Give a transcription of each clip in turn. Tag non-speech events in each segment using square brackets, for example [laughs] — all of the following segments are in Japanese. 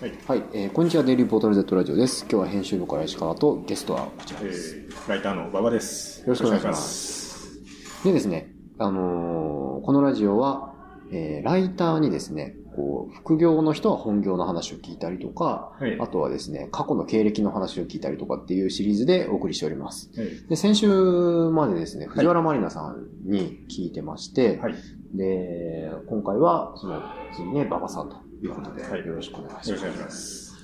はい、はい、えーこんにちは、デイリーポータル Z ラジオです。今日は編集部から石川とゲストはこちらえです。ーライターの馬場です。よろしくお願いしまでですね、あのーこのラジオは、えーライターにですね、こう、副業の人は本業の話を聞いたりとか、よろしくお願いしあます。とはですね、過去の経歴の話を聞いたりとかっていうシリーズでお送りしております。はい。で、先週までですね、藤原まりなさんに聞いてまして、はい。よで、今回は、その、次ね、馬場さんということで、はいよろしくお願いしまろすしくお。願いします。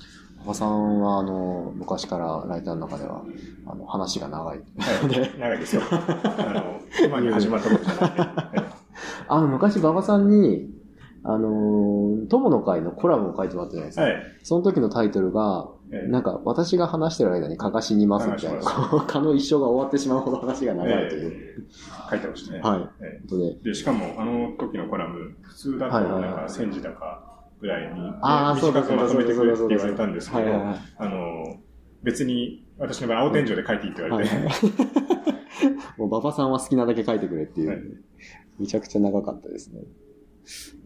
馬場さんは、あの、昔からライターの中では、あの、話が長い。はい。長いですよ。あ [laughs] の、今に始まったことじゃないんで。はあの、昔馬場さんに、あの、友の会のコラムを書いてもらったじゃないですいか。その時のタイトルが、はい。なんか、私が話してる間に蚊が死にますみたいな、話しこう蚊の一生が終わってしまうほど話が長いという、えー書いてましたね。はい、えことで、で、しかも、あの時のコラム、普通だと、はいはいはいなんか、千字だかぐらいに、あーね短くまとめてくれって言われたんですはけいはいど、はい。あの、別に、私の場合、青天井で書いていいって言わはい [laughs] れて、もう馬場さんは好きなだけ書いてくれっていう、はいめちゃくちゃ長かったですね。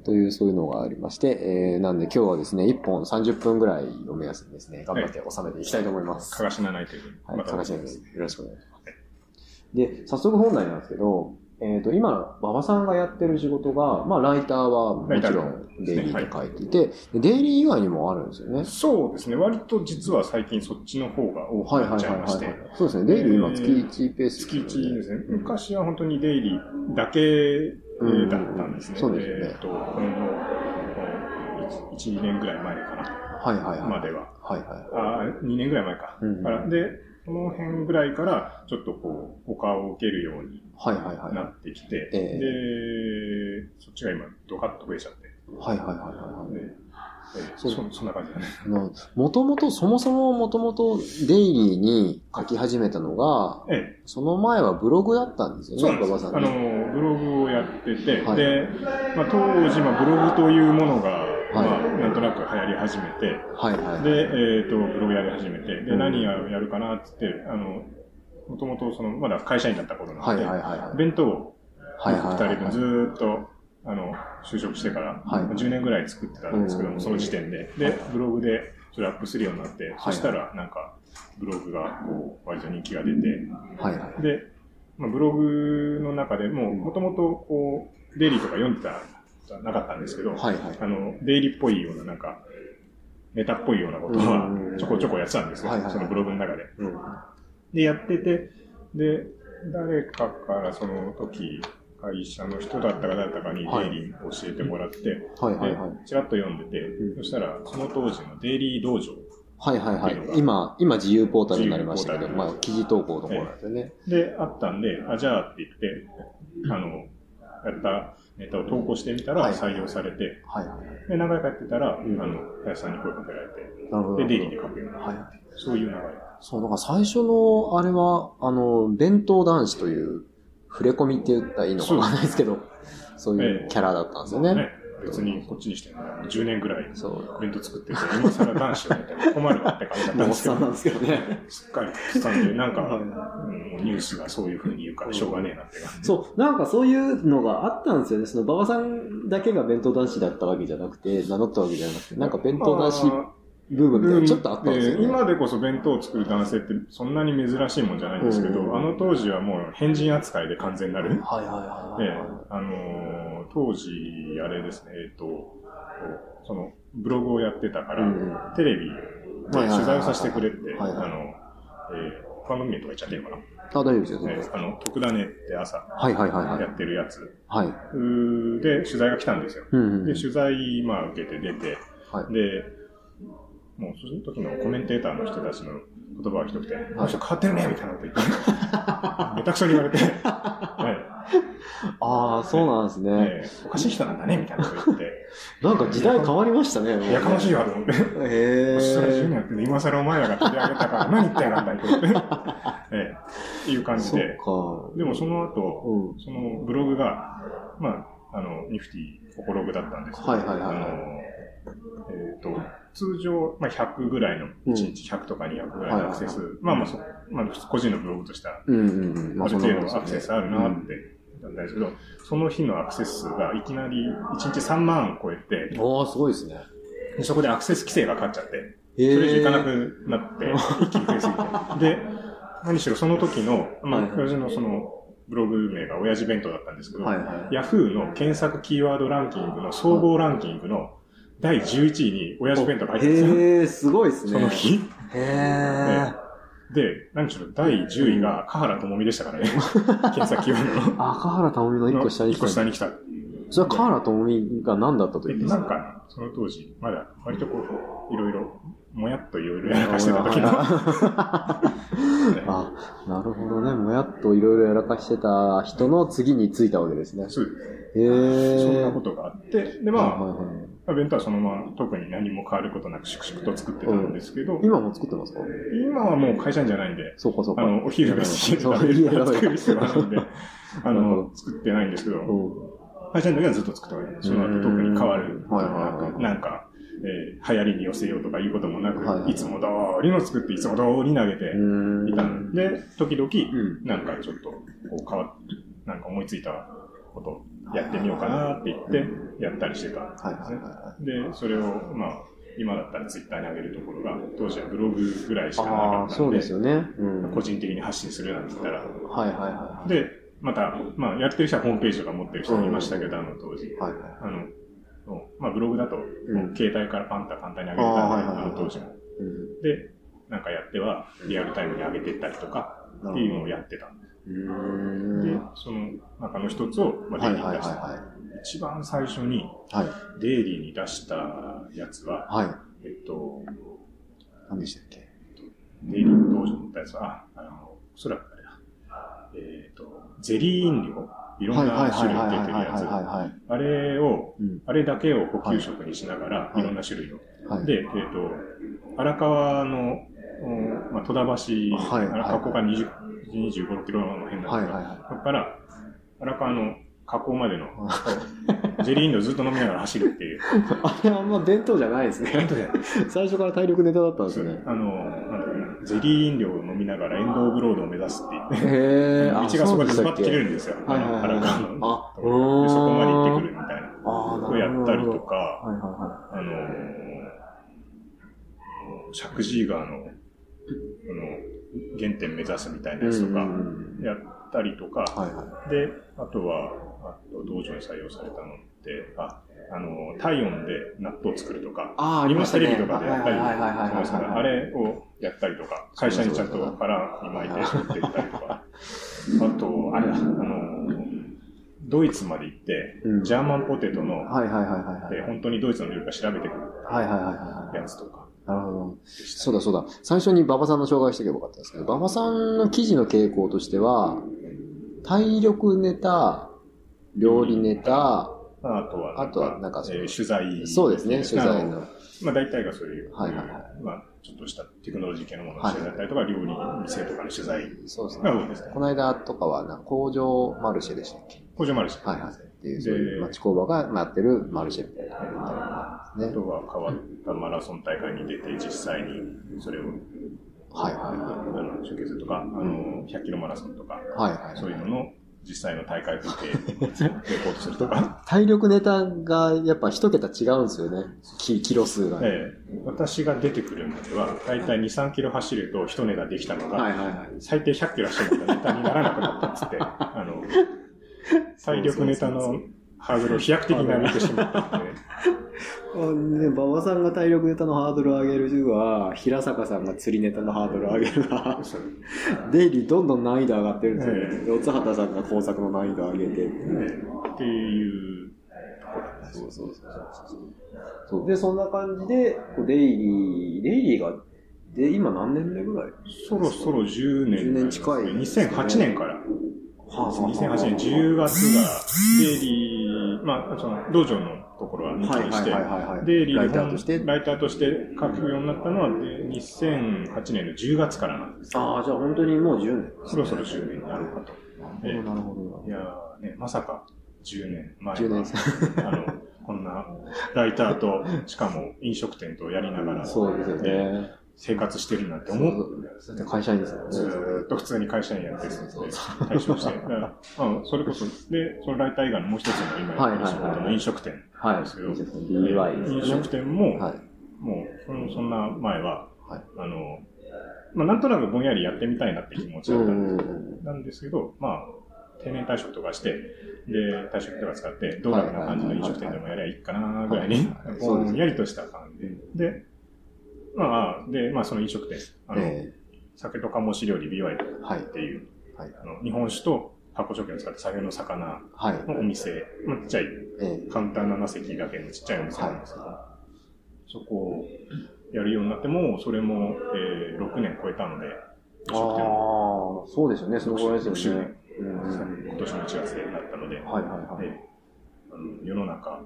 という、そういうのがありまして、えー、なんで今日はですね、1本30分ぐらいを目安にですね、頑張って収めていきたいと思います。かがしなないという。はい、探してです。よろしくお願いしますは。で、早速本題なんですけど、えっ、と、今、馬場さんがやってる仕事が、まあ、ライターはもちろんデイリーで書いていて、でデイリー以外にもあるんですよね。そうですね。割と実は最近そっちの方が多はいはくなっいちはゃいいはまいして。そうですね、デイリー今月1ペース、月1ですね。昔は本当にデイリーだけだったんですね。うんそうですよねえっと、もう、1、2年ぐらい前かはいはいな、はい。まはいでは。はいはい。あー、2年ぐらい前か。うんうんからで、この辺ぐらいから、ちょっとこう、他を受けるようにはいはいはい。なはいってきて、えで、そっちが今、ドカッと増えちゃって。はいはいはいではい。えーそうそそんな感じだね。あのもともと、そもそももともとデイリーに書き始めたのが、ええその前はブログだったんですよそうね、なんで馬場す。さんあね。の、ブログをやってて、はいで、まあ、当時、まあ、ブログというものが、いまあ、なんとなく流行り始めて、はいはいはい。で、えっ、と、ブログやり始めて、で、うん何ややるかなってって、あの、もともと、その、まだ会社員だった頃なはいんで、はいはいはい。弁当をはいはい2はいはい。人分ずーっと、あの、就職してから、はいまあ10年ぐらい作ってたんですけどうんも、その時点で。はでい、ブログで、それアップするようになって、いそしたら、なんか、ブログが、こう、割と人気が出て、はいはい。で、まあ、ブログの中でも、もともとこう、デイリーとか読んでたじゃなかったんですけど、はいはい。あの、デイリーっぽいような、なんか、ネタっぽいようなことはうんちょこちょこやってたんですよ、はいはいはいそのブログの中で。うんで、やってて、で、誰かからその時、会社の人だったか誰だったかにはデいイリーを教えてもらって、はいはいはい。で、ちらっと読んでて、うんそしたら、その当時のデイリー道場はいはいはっていうのい。が今、今自由ポータルになりましたけど、自由ポータまルあ、記事投稿の方なんですよね。で、あったんで、あ、じゃあって言って、あの、やったネタを投稿してみたはらい採用されて、はいはいはい。で、何回かやってたら、うんあの、林さんに声かけられなるほど。て、で、デイリーで書くようになはいる。はい。そういう流れ。そう、だから最初の、あれは、あの、弁当男子という、触れ込みって言ったらいいのかわかんないですけど、そういうキャラだったんですよね。ね。別にこっちにしてもね、もう10年ぐらい、そう。弁当作ってて、今更男子をやって困るわって感じだったもんうおでっすけさんなんですけどね。ど、すっかりおっさんで、なんか、はいうんもうニュースがそういう風に言うからしょうがねえなって感じ。そう、なんかそういうのがあったんですよね。その、馬場さんだけが弁当男子だったわけじゃなくて、名乗ったわけじゃなくて、なんか弁当男子まあブームみたいなのちょっとあったんですよね。うんえー今でこそ弁当を作る男性ってそんなに珍しいもんじゃないんですけど、うんあの当時はもう変人扱いで完全になる。はいはいはえいえはいはい。あのー当時、あれですね、えっ、と、その、ブログをやってたから、うんうんテレビではいはいはい取材をさせてくれって、はいはいあの、えー番組名とか言っちゃってるのかな、あ、大丈夫ですよ、全え然ーあの、特ダネって朝はいはいはいはいや。ってるやつ、はい。うーで、取材が来たんですよ。うんうんで、。取材、まあ、受けて出て、はいで、もうその時のコメンテーターの人たちの言葉がひどくて、あいの人変わってるねみたいなこと言って、めたくそに言 [laughs] われて、はああ、そうなんですいね。えーおかしい人なんだねみたいなこと言 [laughs] って、なんか時代変わりましたね。いやかましいい。わと思って、へ [laughs] そしたら10え年。やってて、今更お前らが取り上げたから何言ってやがんだよと思って、ええいう感じそで、うでもそのか。、後うん。そのブログが、まあ、あの、ニフティ、ココログだったんですけど、はいはいはいはいあの、えっ、と、通常、まあ、100ぐらいの、うん1日100とか200ぐらいのアクセス、はまあまあそ、まあ、個人のブログとしたら、うんうんうん。あるそん程な度もんですのよねアクセスあるなって、だったんですけど、その日のアクセス数がいきなり1日3万超えて、うんおー、すごいですね。でそこでアクセス規制がかかっちゃって、えーそれ以上いかなくなって、一気に増えすぎて。で、何しろその時の、まあ、はいはい私のその、ブログ名が親父弁当だったんですけど、はいはい。ヤフーの検索キーワードランキングの総合ランキングの第11位に親父弁当が入ってたんですよ。へえ、すごいですね。その日。へえ。で、何しろ第10位が香原朋美でしたから [laughs] ね。検索キーワードの。赤原智美の一個下に一個来た。下に来た。それは河原智美が何だったとでいうんですなんかか、その当時、まだ割とこう、いろいろ、もやっといろいろやらかしてた時の、 [laughs] あ、なるほどね。もやっといろいろやらかしてた人の次についたわけですね。そうへえ。そんなことがあって、で、はいまはいはいあ、弁当はそのまま特に何も変わることなく粛々と作ってたんですけど、今も作ってますか今はもう会社員じゃないんで、そうかそうか。あの、お昼飯でそう食べるそう作る必要があるんで、 [laughs] あなるほの、作ってないんですけうど、ん会社員の時はずっと作ってはいる。その後特に変わることはいはいなはく、いなんか、えー流行りに寄せようとかいうこともなはいはく、いいつも通りの作って、いつも通り投げてうんいたんで、時々、うん。なんかちょっと、こう変わっ、なんか思いついたことやってみようかなって言って、やったりしてたんはいですはいね。はで、それを、まあ、今だったらツイッターに上げるところが、当時はブログぐらいしい。かなあかあ、ったそんうで、ですよね。うん。個人的に発信するなんて言ったら、はいはいはいはい。で、また、まあ、やってる人はホームページとか持ってる人もいましたけど、あの当時。はいはい。あの、まあ、ブログだと、うん携帯からパンタ簡単に上げれたんあーはいはいで、はあいの当時も。うんで、なんかやっては、リアルタイムに上げてったりとか、なるほどっていうのをやってた。うでーん。、その中の一つを、まあ、はいデイはいリーはいに出した。一番最初に、はい。はい。デイリーに出したやつは、はい。えっと、何でしたっけデイリーの道場に行ったやつは、ああの、おそらくあれだ。えっと、ゼリー飲料、いろんな種類出はてるやつ。いはいはいはいはいはいはい。あれを、うんあれだけを補給食にしながら、はいい、ろんな種類を。はい。で、えっ、と、荒川の、うんまあ、戸田橋、はい荒川港から20 25キロの辺なんはいではいすはけど、そこから荒川の河 [laughs] 口までの、ゼリー飲料ずっと飲みながら走るっていう。い。あれあんま弁当じゃないですね。最初から体力ネタだったんですね。あの、なんだろうなゼリー飲料を飲みながらエンドオブロードを目指すって言って、へえ。道があそこで詰まって切れる。るんですよ。あはいはいのはい荒はい川の。あとうーんでそこまで行ってくるみたいな。ああ、こなうるやほっど。たりとか、はいはいはあのー、石神井川の、あの、原点目指すみたいい。なやつとかうん、うんやったりとか、うんはいはで、あとは、あと道場に採用されたのって、あ、あのー、体温で納豆作るとか、あーありま今したテねレビとかでやったりはいはいはいはいはいしますから、あれをやったりとか、会社にちゃんと腹に巻いて持って行ったりとか、あと、あれだ、あのー、ドイツまで行って、うんジャーマンポテトの、い。はいはいはいはいはい。で本当にドイツの料理か調べてくるはいはいはいはいはいや。つとかなるほど。でしたそうだそうだ。最初に馬場さんの紹介しておけばよかったんですけど、馬場さんの記事の傾向としては、体力ネタ、料理ネタ、まああとはなんか、あとはなんかそえのー取材。そうですね、取材あの。まあ大体がそういう、はいはいはまあちょっとしたテクノロジー系のものの取材だったりとか、料理店とかの取材そうですねが。多いですねこ。の間とかはな、工場マルシェでしたっけ工場もあるし、はいはい。っていう、でそういう町工場がやってるマルシェみたいなのあですね。とは変わったマラソン大会に出て、実際にそれを、はいはいあはの集計するとか、あの、100キロマラソンとか、い。はいはいそういうのの実際の大会を見て、 [laughs] レポートするとか。体力ネタがやっぱ一桁違うんですよね。キキロ数が。ええ、私が出てくるまでは、だいたい2、3キロ走ると一ネタできたのが、はいはいはい。最低100キロ走るのがネタにならなくなったっつ [laughs] って、あの、体力ネタのハードルを飛躍的に上げてしまったので、あね、馬場さんが体力ネタのハードルを上げるは、平坂さんが釣りネタのハードルを上げる [laughs] は、そうデイリーどんどん難易度上がってるんですよ、えね。四つ畑さんが工作の難易度を上げて。っていうところだったんですそうそうそうそう。で、そんな感じで、こうデイリー、デイリーが、で、今何年目ぐらいそろそろ10年10年近い2008年から。2008年10月が、デイリー、まあ、その、道場のところは抜きはいにはしいては、いはいはい。デイリーライターとして。ライターとして書くようになったのは、で2008年の10月からなんです。ああ、じゃあ本当にもう10年。そろそろ10年になるかと。なるほど、なるほど。いやーね、まさか10年前10年あの、こんなライターと、しかも飲食店とやりながらそうですよね。生活してるなんて思う。だって会社員ですよね。ずーっと普通に会社員やってるんで、そうそ退職して。だからうんそれこそ、で、そのライター以外のもう一つの今やってる仕事の飲食店はい。ですけどいいですね DY です飲ね食。店も、はい。もう、そんな前は、はいあの、まあ、なんとなくぼんやりやってみたいなって気持ちだったんですけど、なんですけど、まあ、定年退職とかして、で、退職とか使って、どうなるな感じの飲食店でもやりゃいいかなぐらいはいにはいはいはい、ぼんやりとした感じで。で、まあ、で、まあ、その飲食店、あの、え酒と醸し料理、ビワイっえはい。ていう、はいあの日本酒と発酵食品を使った酒の魚はい。のお店、まあちっちゃい、ええ簡単な7席だけのちっちゃいお店なんですけど、そこをやるようになって、もうそれも、えー6年超えたので、飲ああ食店を、そうですよね、そのぐらいですよね。うんさ今年の1月になったので、はいはいはい。であの世の中、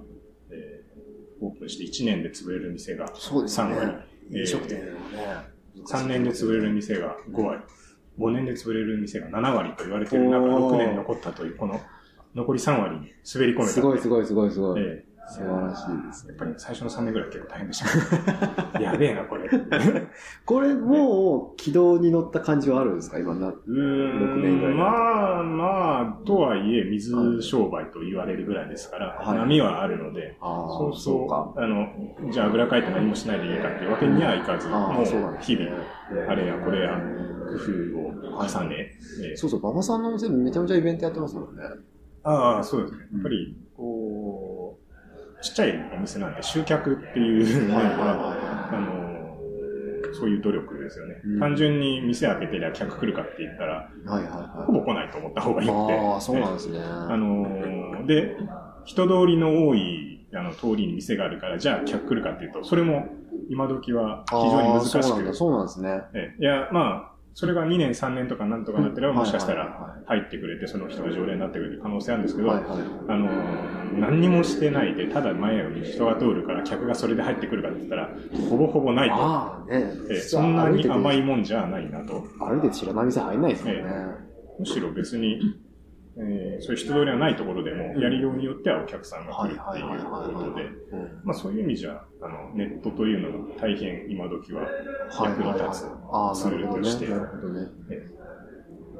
えーオープンして1年で潰れる店がそうですよね3割。、飲食店えでもね。ー3年で潰れる店が5割、5年で潰れる店が7割と言われてる中、おー6年残ったという、この残り3割に滑り込めた。すごいすい。ごいすごいすごい。えー素晴らしいですやねっ。ぱり最初の3年ぐらい結構大変でした。やべえな、これ。これもう軌道に乗った感じはあるんですか今な。うー6年ぐらいん、まあまあ、とはいえ、水商売と言われるぐらいですから、はい波はあるので、ああそうそう、あの、じゃあ、油かいて何もしないでいいかっていうわけにはいかず、あもあ、そうなんう、です日ね々、あれやこれや、工夫を重ね、えーそうそう、馬場さんのお店めちゃめちゃイベントやってますもんね。ああ、そうですね。やっぱり、こう、ちっちゃいお店なんで、集客っていう面は、あの、そういう努力ですよねうん。単純に店開けてりゃ客来るかって言ったら、いはいはほぼ来ないと思った方がいいいっはい。て。ああ、そうなんですね。あのーで、人通りの多いあの通りに店があるから、じゃあ客来るかっていうと、それも今時は非常に難しああそうなんだ、く、そうなんですね。ええいや、まあ、それが2年、3年とかなんとかなってれば、もしかしたらは入ってくれて、その人が常連になってくれる可能性あるんですけいど、はいはい。あのー何にもしてないで、ただ前に人が通るから、客がそれで入ってくるかって言ったら、ほぼほぼないと。ああ、ねええ。そんなに甘い。いもんじゃないなと。歩いて知らない店入んないですもんねえ。むしろ別に、えーそういう人通りはないところでも、やりようによってはお客さんが来るっていうことで、うんまあそういう意味じゃ、あの、ネットというのが大変今時ははいはい役にはい立つ。ああ、なるほどツールとしてね。なるほどね。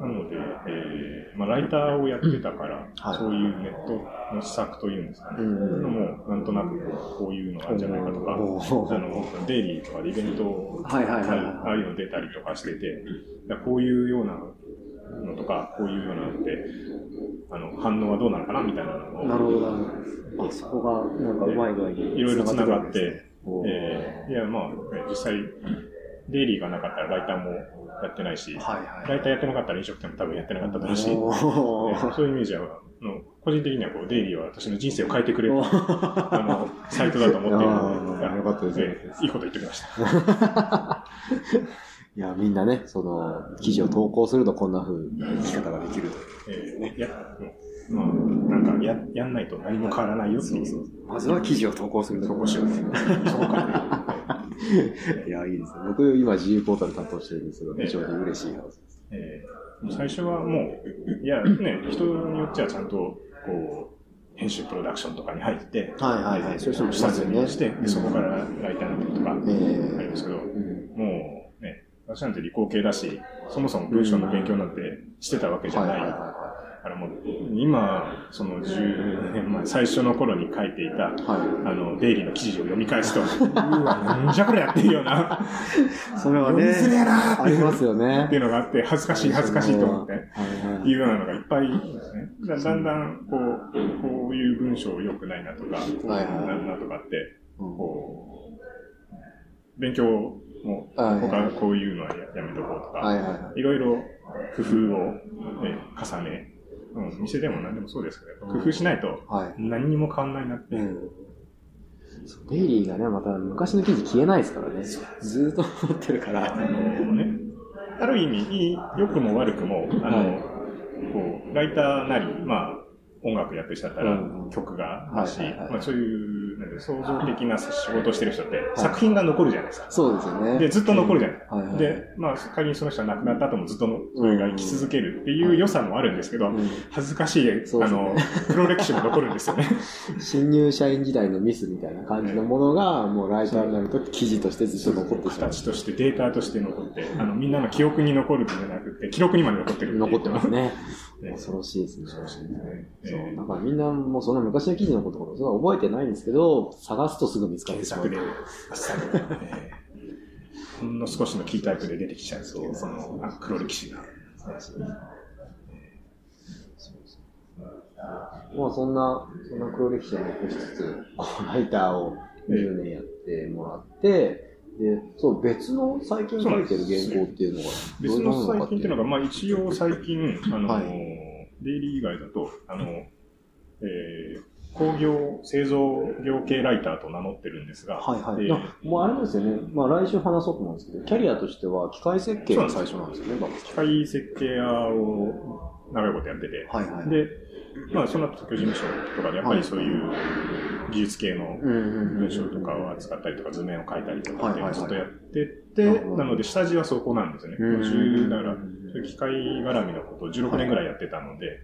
なので、えーまあライターをやってたから、はいそういうネットの施策というんですかね、うんうんそういうのもなんとなくこういうのがあるんじゃないかとか、おーあの、デイリーとかでイベントをはいはいはいはいああいうの出たりとかしてて、だからこういうようなのとか、こういうようなのって、あの、反応はどうなのかなみたいなのを、なるほど、なるほど。あそこが、なんかうまい具合に。いろいろ繋がって、おー、えーいや、まあ、実際、デイリーがなかったらライターもやってないし、はいはい。ライターやってなかったら飲食店も多分やってなかっただろうし、えおーーそういうイメージは、あの個人的にはこう、デイリーは私の人生を変えてくれるおーあの、サイトだと思っているの [laughs] であーよかったですよかったでえーいいこと言ってきました。 [laughs] いや、みんなね、その、記事を投稿するとこんな風に生き方ができると。えー、や、まあ、なんかや、やんないと何も変わらないよっていう。そうまずは記事を投稿するとここしようっていう。そこから、いや、いいですね。僕、今、自由ポータル担当してるんですけど、非常に嬉しい話です。えー最初はもう、いや、ね、人によっちゃちゃんと、こう、編集プロダクションとかに入って、はいはいはい。そういう人も下積みをして、うんそこからライターになったりとか、えありえますけど、うんもうね、私なんて理工系だし、そもそも文章の勉強なんてしてたわけじゃはいなはいい。はいはからもう、今、その10年前、最初の頃に書いていた、い。はあの、デイリーの記事を読み返 [laughs] すと、うわ、なんじゃこりゃっていうような、い。それは読みづれね、えなーありますよねってい。うのがあって、恥ずかしい恥ずかしいと思って、はいはいいうようなのがいっぱいですね。だだんだん、こう、こういう文章良くないなとか、こうはいはいなんなとかって、うんこう、勉強も、はい他こういうのはややめとこうとはか、いはいはいいろいろ工夫をね重ね、うん、店でも何でもそうですけど、工夫しないとはい。何にも変わんないなってう。ん。そうデイリーがね、また昔の記事消えないですからね。ずーっと持ってるから。あのね、ある意味、いい良くも悪くも、あの、はいこう、ライターなり、まあ、音楽やってる人だったらうんうん曲がはいだし、はいはいまあそういう、なんていうの創造的な仕事をしてる人って、作品が残るじゃないですか。そうですよね。で、ずっと残るじゃないですか。はいはい。で、まあ、仮にその人が亡くなった後もずっとのそれが生き続けるっていう良さもあるんですけど、う恥ずかしい、あそうですねの、黒歴史も残るんで [laughs] すよね。ん、新入社員時代のミスみたいな感じのものが、もうライターになると記事としてずっと残ってしまう。形として、 [laughs] データとして残って、あの、みんなの記憶に残るんじゃなくて、記録にまで残ってるっていう残ってますね。恐ろしいですね。恐ろしいですね。そう。だからみんな、もうその昔の記事のこととか覚えてないんですけど、探すとすぐ見つかってしまう。検索で。ほんの少しのキータイプで出てきちゃうっていう、その黒歴史が。まあそんな、そんな黒歴史を残しつつ、このライターを10年やってもらって、で、そう、別の最近書いてる原稿っていうのが、別の最近っていうのが、まあ一応最近、あの、はい、デイリー以外だと、あの、えー、工業、製造業系ライターと名乗ってるんですが。はいはい。えー、もうあれですよね。まあ来週話そうと思うんですけど、キャリアとしては機械設計が最初なんですよね、機械設計屋を長いことやってて。はいはい。で、まあその後東京事務所とかでやっぱりそういう技術系の文章とかを扱ったりとか図面を書いたりとかってずっとやってて、なので下地はそこなんですね。50だから、機械絡みのことを16年ぐらいやってたので、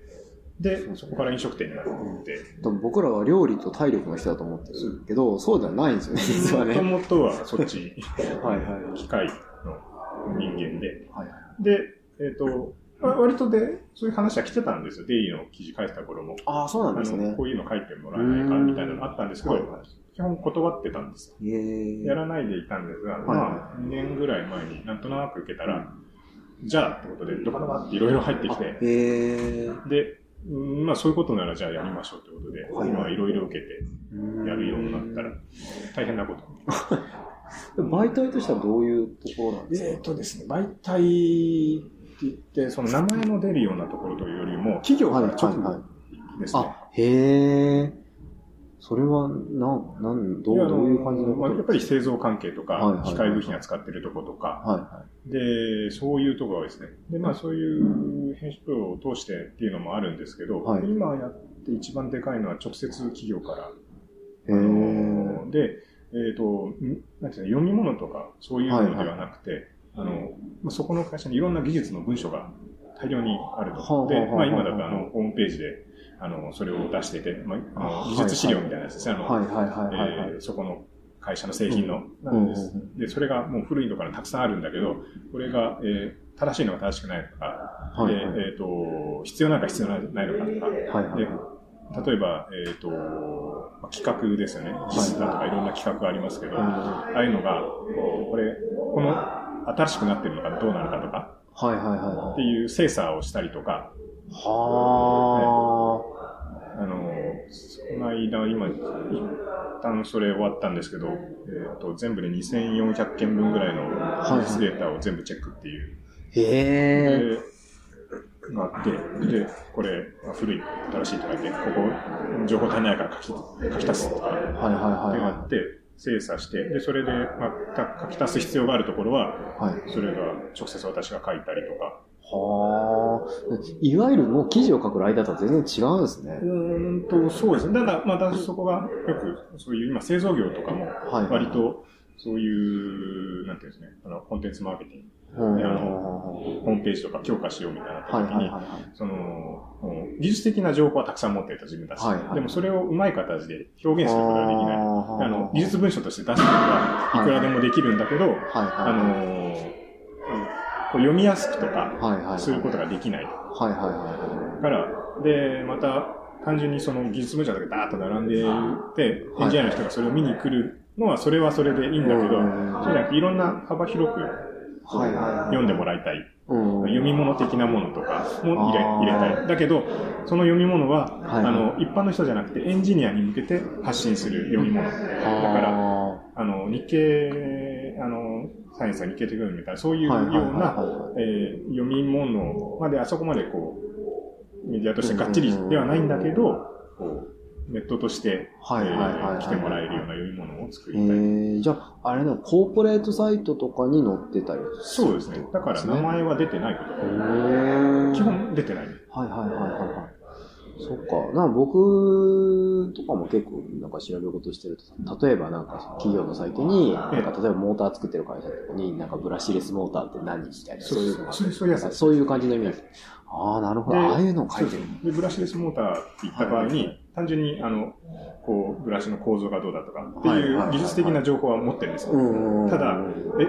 で、そこから飲食店になるって。うん、僕らは料理と体力の人だと思ってるけど、そうではないんですよね、実はね。もともとはそっち、、はいはい機械の人間で。はいはい、で、えっ、ー、と、割とで、そういう話は来てたんですよ。デイリーの記事書いてた頃も。ああ、そうなんですね。。こういうの書いてもらえないかみたいなのあったんですけど、基本断ってたんですやらないでいたんですが、まあ、2年ぐらい前になんとなく受けたら、じゃあってことで、ドカドカっていろいろ入ってきて、で、まあそういうことならじゃあやりましょうってことで、今いろいろ受けて、やるようになったら、大変なこと媒体としてはどういうところなんですかえっとですね、媒体、って言って、その名前の出るようなところというよりも、企業から直後ですね。あ、へえ。それは、な、なん、どう、どういう感じのまあ、やっぱり製造関係とか、機械部品扱ってるとことか、で、そういうところですね。で、まあ、そういう編集を通してっていうのもあるんですけど、はい、今やって一番でかいのは直接企業から。へえ。で、えっ、ー、と、なんていうの、読み物とか、そういうのではなくて、はいはいあの、まあ、そこの会社にいろんな技術の文書が大量にあると。で、まあ、今だとあの、ホームページで、あの、それを出してて、まあ、あの技術資料みたいなやつですね。あの、そこの会社の製品の、でそれがもう古いのからたくさんあるんだけど、これが、えー、正しいのか正しくないのか、はいはい、でえっ、ー、と、必要なのか必要ないのかとか、はいはい、で例えば、えっ、ー、と、企画ですよね。技術だとかいろんな企画がありますけど、ああいうのが、これ、この新しくなってるのかどうなのかとか、。はいはいはいっていう精査をしたりとか。はあ、ね。あの、この間、今、一旦それ終わったんですけど、えっ、ー、と、全部で2400件分ぐらいのニュースデータを全部チェックっていう。へ、はい、えー。があって、で、これ、古い、新しいとか言って、ここ、情報足りないから書き書き足すとか、はいはいはい、はい。って、精査して、で、それで、まあ、書き足す必要があるところは、はい、それが直接私が書いたりとか。はあ。いわゆるもう記事を書くライターとは全然違うんですね。うんと、そうですね。ただ、まあ、そこがよく、そういう今製造業とかも、割と、そういう、なんていうんですね、あの、コンテンツマーケティング。あの、ホームページとか強化しようみたいな時に、その、技術的な情報はたくさん持っていた自分たち。でもそれをうまい形で表現することができない。あの、技術文書として出すことはいくらでもできるんだけど、あの、読みやすくとか、することができない。から、で、また、単純にその技術文書だけダーッと並んでいて、エンジニアの人がそれを見に来るのは、それはそれでいいんだけど、そうじゃなくていろんな幅広く、はいはいはい、読んでもらいたい。読み物的なものとかも入れたい。だけど、その読み物は、あの、一般の人じゃなくてエンジニアに向けて発信する読み物。だから、あの、日経、あの、サイエンスは日経テクノロジーみたいな、そういうような、え読み物まで、あそこまでこう、メディアとしてがっちりではないんだけど、こう、ネットとして、はいはいはい。来てもらえるような良いものを作りたい。えー、じゃあ、あれの、コーポレートサイトとかに載ってたりそうですね。だから名前は出てないこと。え基本出てない。はいはいはいはいはい。そっか。なんか僕とかも結構なんか調べ事してると、例えばなんか企業のサイトに、なんか例えばモーター作ってる会社とかに、なんかブラシレスモーターって何みたいな、そういうのが。そういう感じの意味です。ああ、なるほど。ああいうのを書いてる。で、ブラシレスモーターって言った場合に、単純に、あの、こう、ブラシの構造がどうだとかっていう技術的な情報は持ってるんですよ。ただ、え、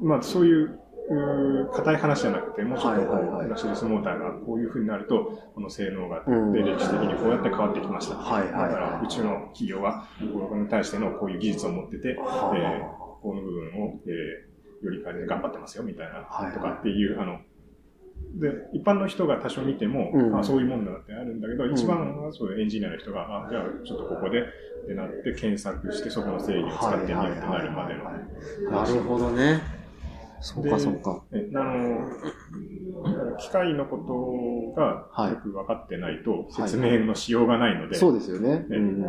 まあそういういう硬い話じゃなくて、もうちょっとはいはいはいブラシレスモーターがこういう風になると、この性能が、うんで歴史的にこうやって変わってきました。はいはいはいだから、うちの企業は、これに対してのこういう技術を持ってて、えはーこの部分を、えーより改善で頑張ってますよ、みたいな、はいはいとかっていう、あの、で、一般の人が多少見ても、うんあそういうもんだってあるんだけど、ん一番はそうエンジニアの人が、あ、じゃあちょっとここで、ってなって検索して、そこの制御を使ってみようってなるまでの。なるほどね。そうか、そうか。えあの、機械のことはがいよく分かってないと説明のしようがないので、そうですよね。ねうん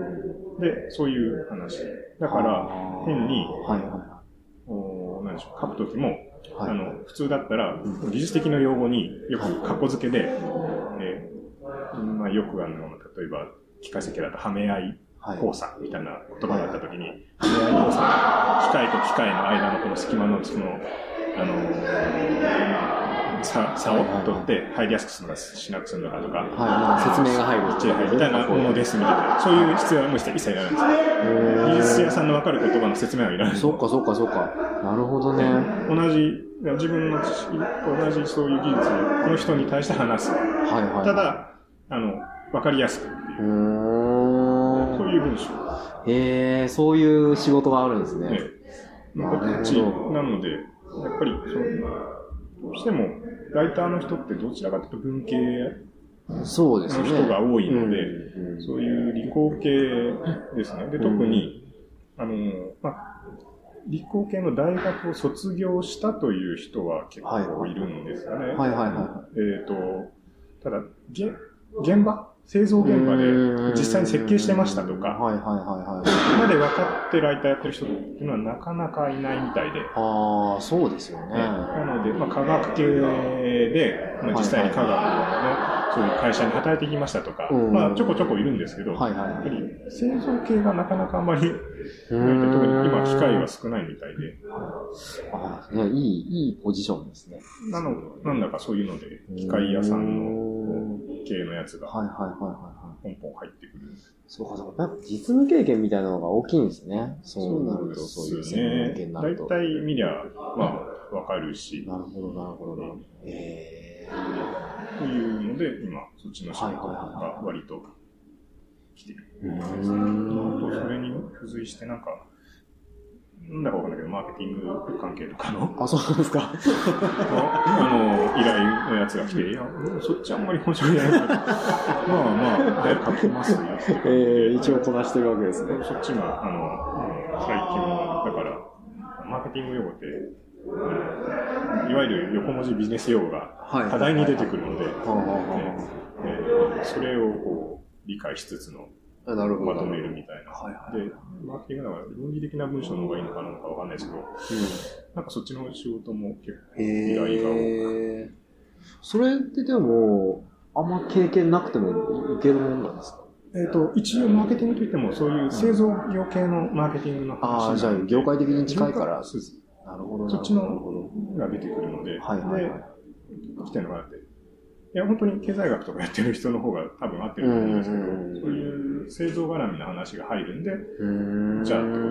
で、そういう話。だから、あー変にはいはおなんでしょう、書くときも、いはい。あはい。の、普通だったらう、技術的な用語によく格好付けで、えーまあ、よくあの、例えば、機械席だと、はめ合いはい。交差みたいな言葉があったときに、はめ合い交差機械と機械の間のこの隙間の、その、あの、さ差を取って入りやすくするのかしなくするのかとか、はいまあ説明が入る。こっちへ入るみたいなものですみたいな、そういう必要はもう一切いらないんですよ。へー技術屋さんのわかる言葉の説明はいらないんですそっか、そっか、そっか。なるほどね。は同じ、自分の知識、同じそういう技術をこの人に対して話す。いはい。た、だ、あの、わかりやすくっていうう。ー。そうんいう文章へえ、そういう仕事があるんですねね。。まあ、こっちなので、やっぱり、その、どうしても、ライターの人ってどちらかというと文系そうですのね。人が多いので、うんうんそういう理工系ですね。で、特に、あの、まあ、理工系の大学を卒業したという人は結構いるんですよね。はいはいはえっ、と、ただ、げ現場、製造現場うんで実際に設計してましたとか、はいはいはいはい。そこまで分かってライターやってる人っていうのはなかなかいないみたいで、ああ、そうですよね。なので、まあ、科学系で、まあ、実際に科学のそういう会社に働いてきましたとか、うんまあ、ちょこちょこいるんですけど、はいはいやっはぱい。り製造系がなかなかあんまり、特に特今機械は少ないみたいで、あーねいい、いいポジションですね。なの、なんだかそういうので、機械屋さんのの。系のやつがはいはいはいはいはい。ポンポン入ってくる。そうかそうか。やっぱ実務経験みたいなのが大きいんですね。そうなると、そうそういうです専門系ね。にな大ると。体見りゃ、まあ、わかるし、なるほど、なるほど、なるほど。えというので、今、そっちの仕事はいはいはいが割と来てる。えー。うあーん。と、それに付随して、なんか、なんだかわかんないけど、マーケティング関係とかの、あ、そうなんですか。あの、依頼のやつが来て、いや、そっちあんまり本職じゃない [laughs] から、まあまあ、早く書きますよってええいう一応こなしてるわけですね。そっちも、あの、最近も、だから、マーケティング用語って、うんいわゆる横文字ビジネス用語がは課題に出てくるので、はあはあはえーそれをこう理解しつつのああなるほど。まとめるみたいな。はいはい。で、マーケティングだから論理的な文章の方がいいのかなのかわかんないですけど、なんかそっちの仕事も結構依頼が多くへえ。それってでも、あんま経験なくてもいけるもんなんですかえっ、と、一応マーケティングといっても、そういう製造業系のマーケティングの話ああ、じゃあなんで業界的に近いから。そうですなるほど。そっちのなるほど。が出てくるので、はいはいではい。来てるのかなって。いや、本当に経済学とかやってる人の方が多分合ってうるとん思ううんんですけど、そういう製造絡みの話が入るんで、うん。じゃあってこ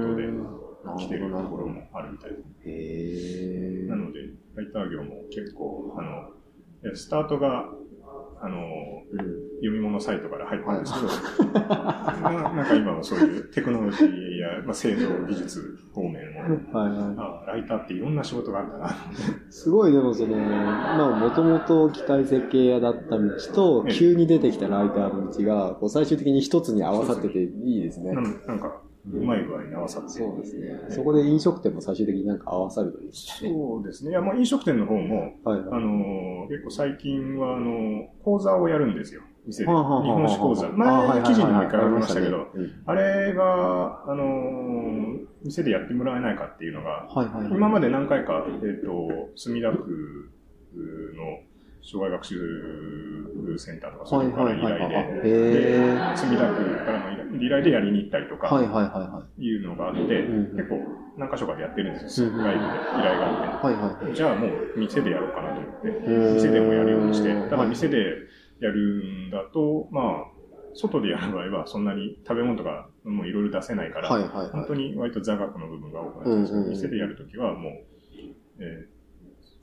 と来てるとなるほころど。もあるみたいです。へえな。ので、ライター業も結構、あの、スタートが、あの、うん読み物サイトから入ったんですけど、ななんか今はそういうテクノロジーや、まあ、製造技術方面も、はいはい。あライターっていろんな仕事があるんだな。すごいでもその、まあもともと機械設計屋だった道とええ急に出てきたライターの道がこう最終的に一つに合わさってていいですねな。んなんか、うまい具合に合わさって。そうですね。えそこで飲食店も最終的になんか合わさるといいですね。そうですね。いや、まあ飲食店の方も、はいはあい。のー結構最近は、あのー講座をやるんですよ。店で。日はあはあはあは本あ酒講座。あはいはいは前、い記事にも一回ありましたけど、ありましあれが、あのー店でやってもらえないかっていうのが、たねうんはいはい。今まで何回か、えっ、と、墨田区の障害学習センターとか、そうはいいうのかはらい依はいは頼い。で、へえ。墨田区からの依頼でやりに行ったりとはいか、はいはいはい。いうのがあって、うんうん結構何箇所かでやってるんですよ。うんうん外部で依頼があって。はいはい。じゃあもう店でやろうかなと思って、ん店でもやるようにして、うんただ店でやるんだと、まあ、外でやる場合はそんなに食べ物とかもういろいろ出せないから、はいはい本は当に割と座学の部分が多くなってますけど、うんうんうん店でやるときはもう、えー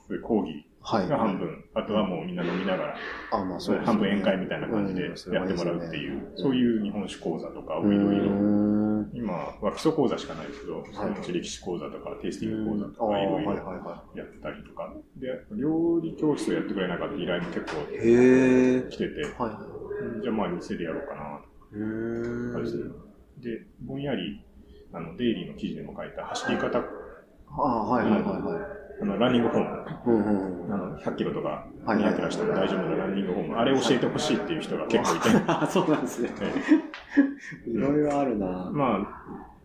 そういう講義はい。が半分、あとはもうみんな飲みながら、あ、まあそうですね。半分宴会みたいな感じでんそれやっはいていもすらねうっていう、そういう日本史講座とかをういろいろ、ーん。今は基礎講座しかないですけど、そのうち歴史講座とかテイスティング講座とああかいろはいいはいろはやってたりとか、で、料理教室をやってくれなかった依頼も結構い。へえ。来てて、はい。じゃあまあ店でやろうかなうーん。とかですね。で、ぼんやり、あの、デイリーの記事でも書いた走り方、ああ、はいはいはいはい。あの、ランニングフォーム、うんうんあうん。 [laughs] の、100キロとかはいはい200キロしても大丈夫なランニングフォーム、あれ教えてほしいっていう人が結構いて、あ、そうなんですね。ええいろいろあるな。まあ、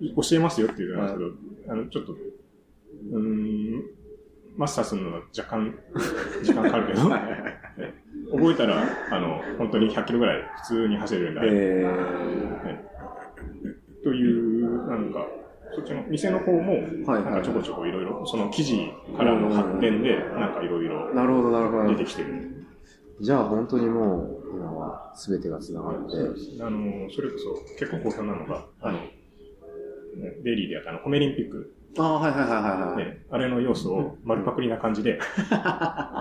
教えますよっていうのなんですけど、あの、ちょっと、うーん、マスターするのは若干、 [laughs] 時間かかるけど、はいはいはい覚えたら、あの、本当に100キロぐらい普通に走れるんだ、えという、なんか、そっちの店の方も、はないんかちょこちょこいろいろ、その記事からの発展で、なんかいろいろー。なるほど、なるほ出どて。きてる。じゃあ本当にもう、今は全てが繋がって。あの、それこそ結構好評なのが、あの、ねデイリーでやったあの、ホメリンピック。ああ、はいはいはいはいはい。ね、あれの要素を丸パクリな感じで、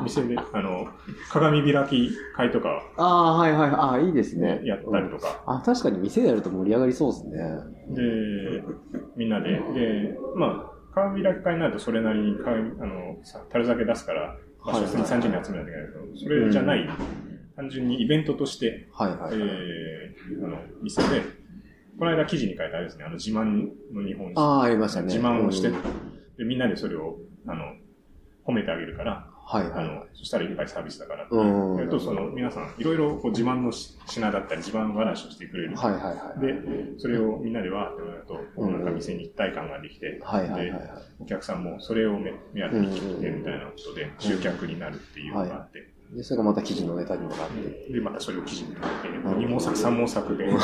店で、あの、鏡開き会とか、ああ、はいはいはい。ああ、いいですねね、。やったりとか、あ、確かに店でやると盛り上がりそうですね。で、みんなで、で、まあ、鏡開き会になるとそれなりに鏡、あの、さ樽酒出すから、場所数に30人集めないといけないけど、それじゃない、単純にイベントとして、はいはいえはい。ーあの、店で、この間記事に書いてあれですね、あの、自慢の日本あ酒。あ、ありましたね。自慢をしてうん、で、みんなでそれを、あの、褒めてあげるから、はいあはいはい。の、そしたらいっぱいサービスだから。うんえっと、その、皆さん、いろいろこう自慢のし品だったり、自慢話をしてくれる。はいはいはい。で、それをみんなでわーってもらうと、うんなんか店に一体感ができて、はいはいはいはで、お客さんもそれを目目当てに来てうんみたいなことで、集客になるっていうのがあって、い。で、それがまた記事のネタにもなって。で、またそれを記事に書いて、ん2毛作、3毛作 [laughs] で、ねね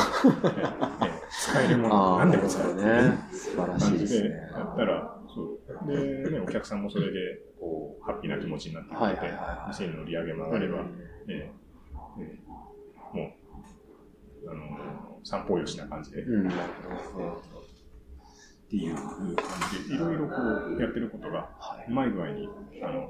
使えるもあの、あ、何でも使なえるるっほどていう [laughs] ね。素晴らし感いでじすでね。やったら、そう。で、ね、お客さんもそれで、こう、ハッピーな気持ちになってくはいれはいはいてはい、店の売り上げも上がれば、ええええもう、あのー散歩よしな感じで、うん、なるほど。っていう感じで、いろいろこうやってることが、はうまい具合に、あの、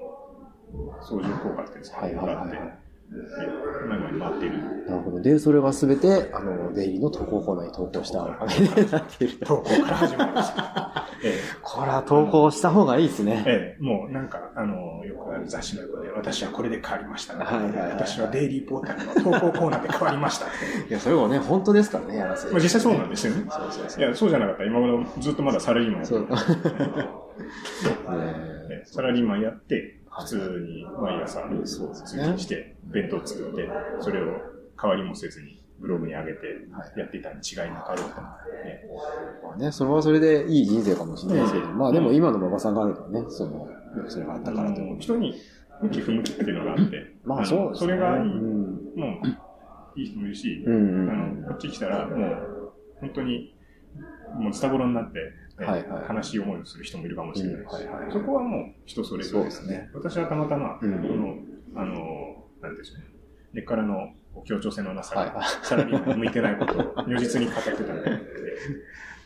相乗効果っていうんですか、はいはいはいはいがあって、ええうまい具合に回っている。い。なるほど。で、それがすべて、あの、デイリーの投稿コーナーに投稿したわけになってい [laughs] ると。投稿から始まりました。 [laughs] えこれは投稿した方がいいですえね。ええ、もうなんか、あのー、よくある雑誌の横で、私はこれで変わりました、はいはいはい私はデイリーポータルの投稿コーナーで変わりましたって。いや、それもね、本当ですからね、やらせまあ、実際そうなんですよね。そうそういそう。や、そうじゃなかったら今頃ずっとまだサラリーマンやってそるう。 [laughs] ねねサラリーマンやって、はい普通に毎朝そうですね通勤して、弁当作って、それを代わりもせずにブログに上げてはいやっていたに違いなかろうと。ねまあね、それはそれでいい人生かもしれないですけど、まあでも今の馬場さんがあるからね、その、それがあっただかかららということで。人に向き不向きっていうのがあって、まああのそうですね。れがいい、うん。もういい人もいるしう、あんうんのこっち来たらもう本当にもうズタボロになって、ねはいはい悲しい思いをする人もいるかもしれないし、うんはいはいそこはもう人それぞれそうですね私はたまたま、うんこの、あの、なんていうんですかね、根っからのこう協調性のな [laughs] さはいが、サラリーマンに向いてないことを如実に語ってたんで、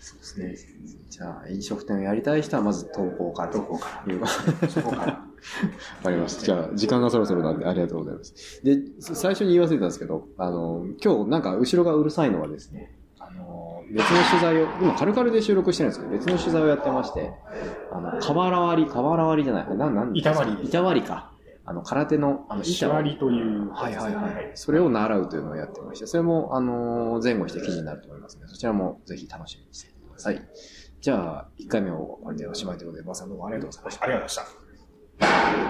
そうですね。じゃあ、飲食店をやりたい人はまず投稿から。。投稿から [laughs] わそこから。かりました。じゃあ、時間がそろそろなんで、ありがとうございます。で、そ最初に言い忘れたんですけど、あの、今日なんか後ろがうるさいのはですね、あの、別の取材を、今、カルカルで収録してるんですけど、別の取材をやってまして、あの、瓦割り、瓦割りじゃない、な、なん板割り板割りか。あの、空手の、あの、シ板ワ割り。リという、はいはいはい。それを習うというのをやってまして、それも、あのー前後して記事になると思いますので、そちらもぜひ楽しみにしていてください。じゃあ、1回目をこれでおしまいということで、馬場さんどうもありがとうございましたあ。りがとうございました。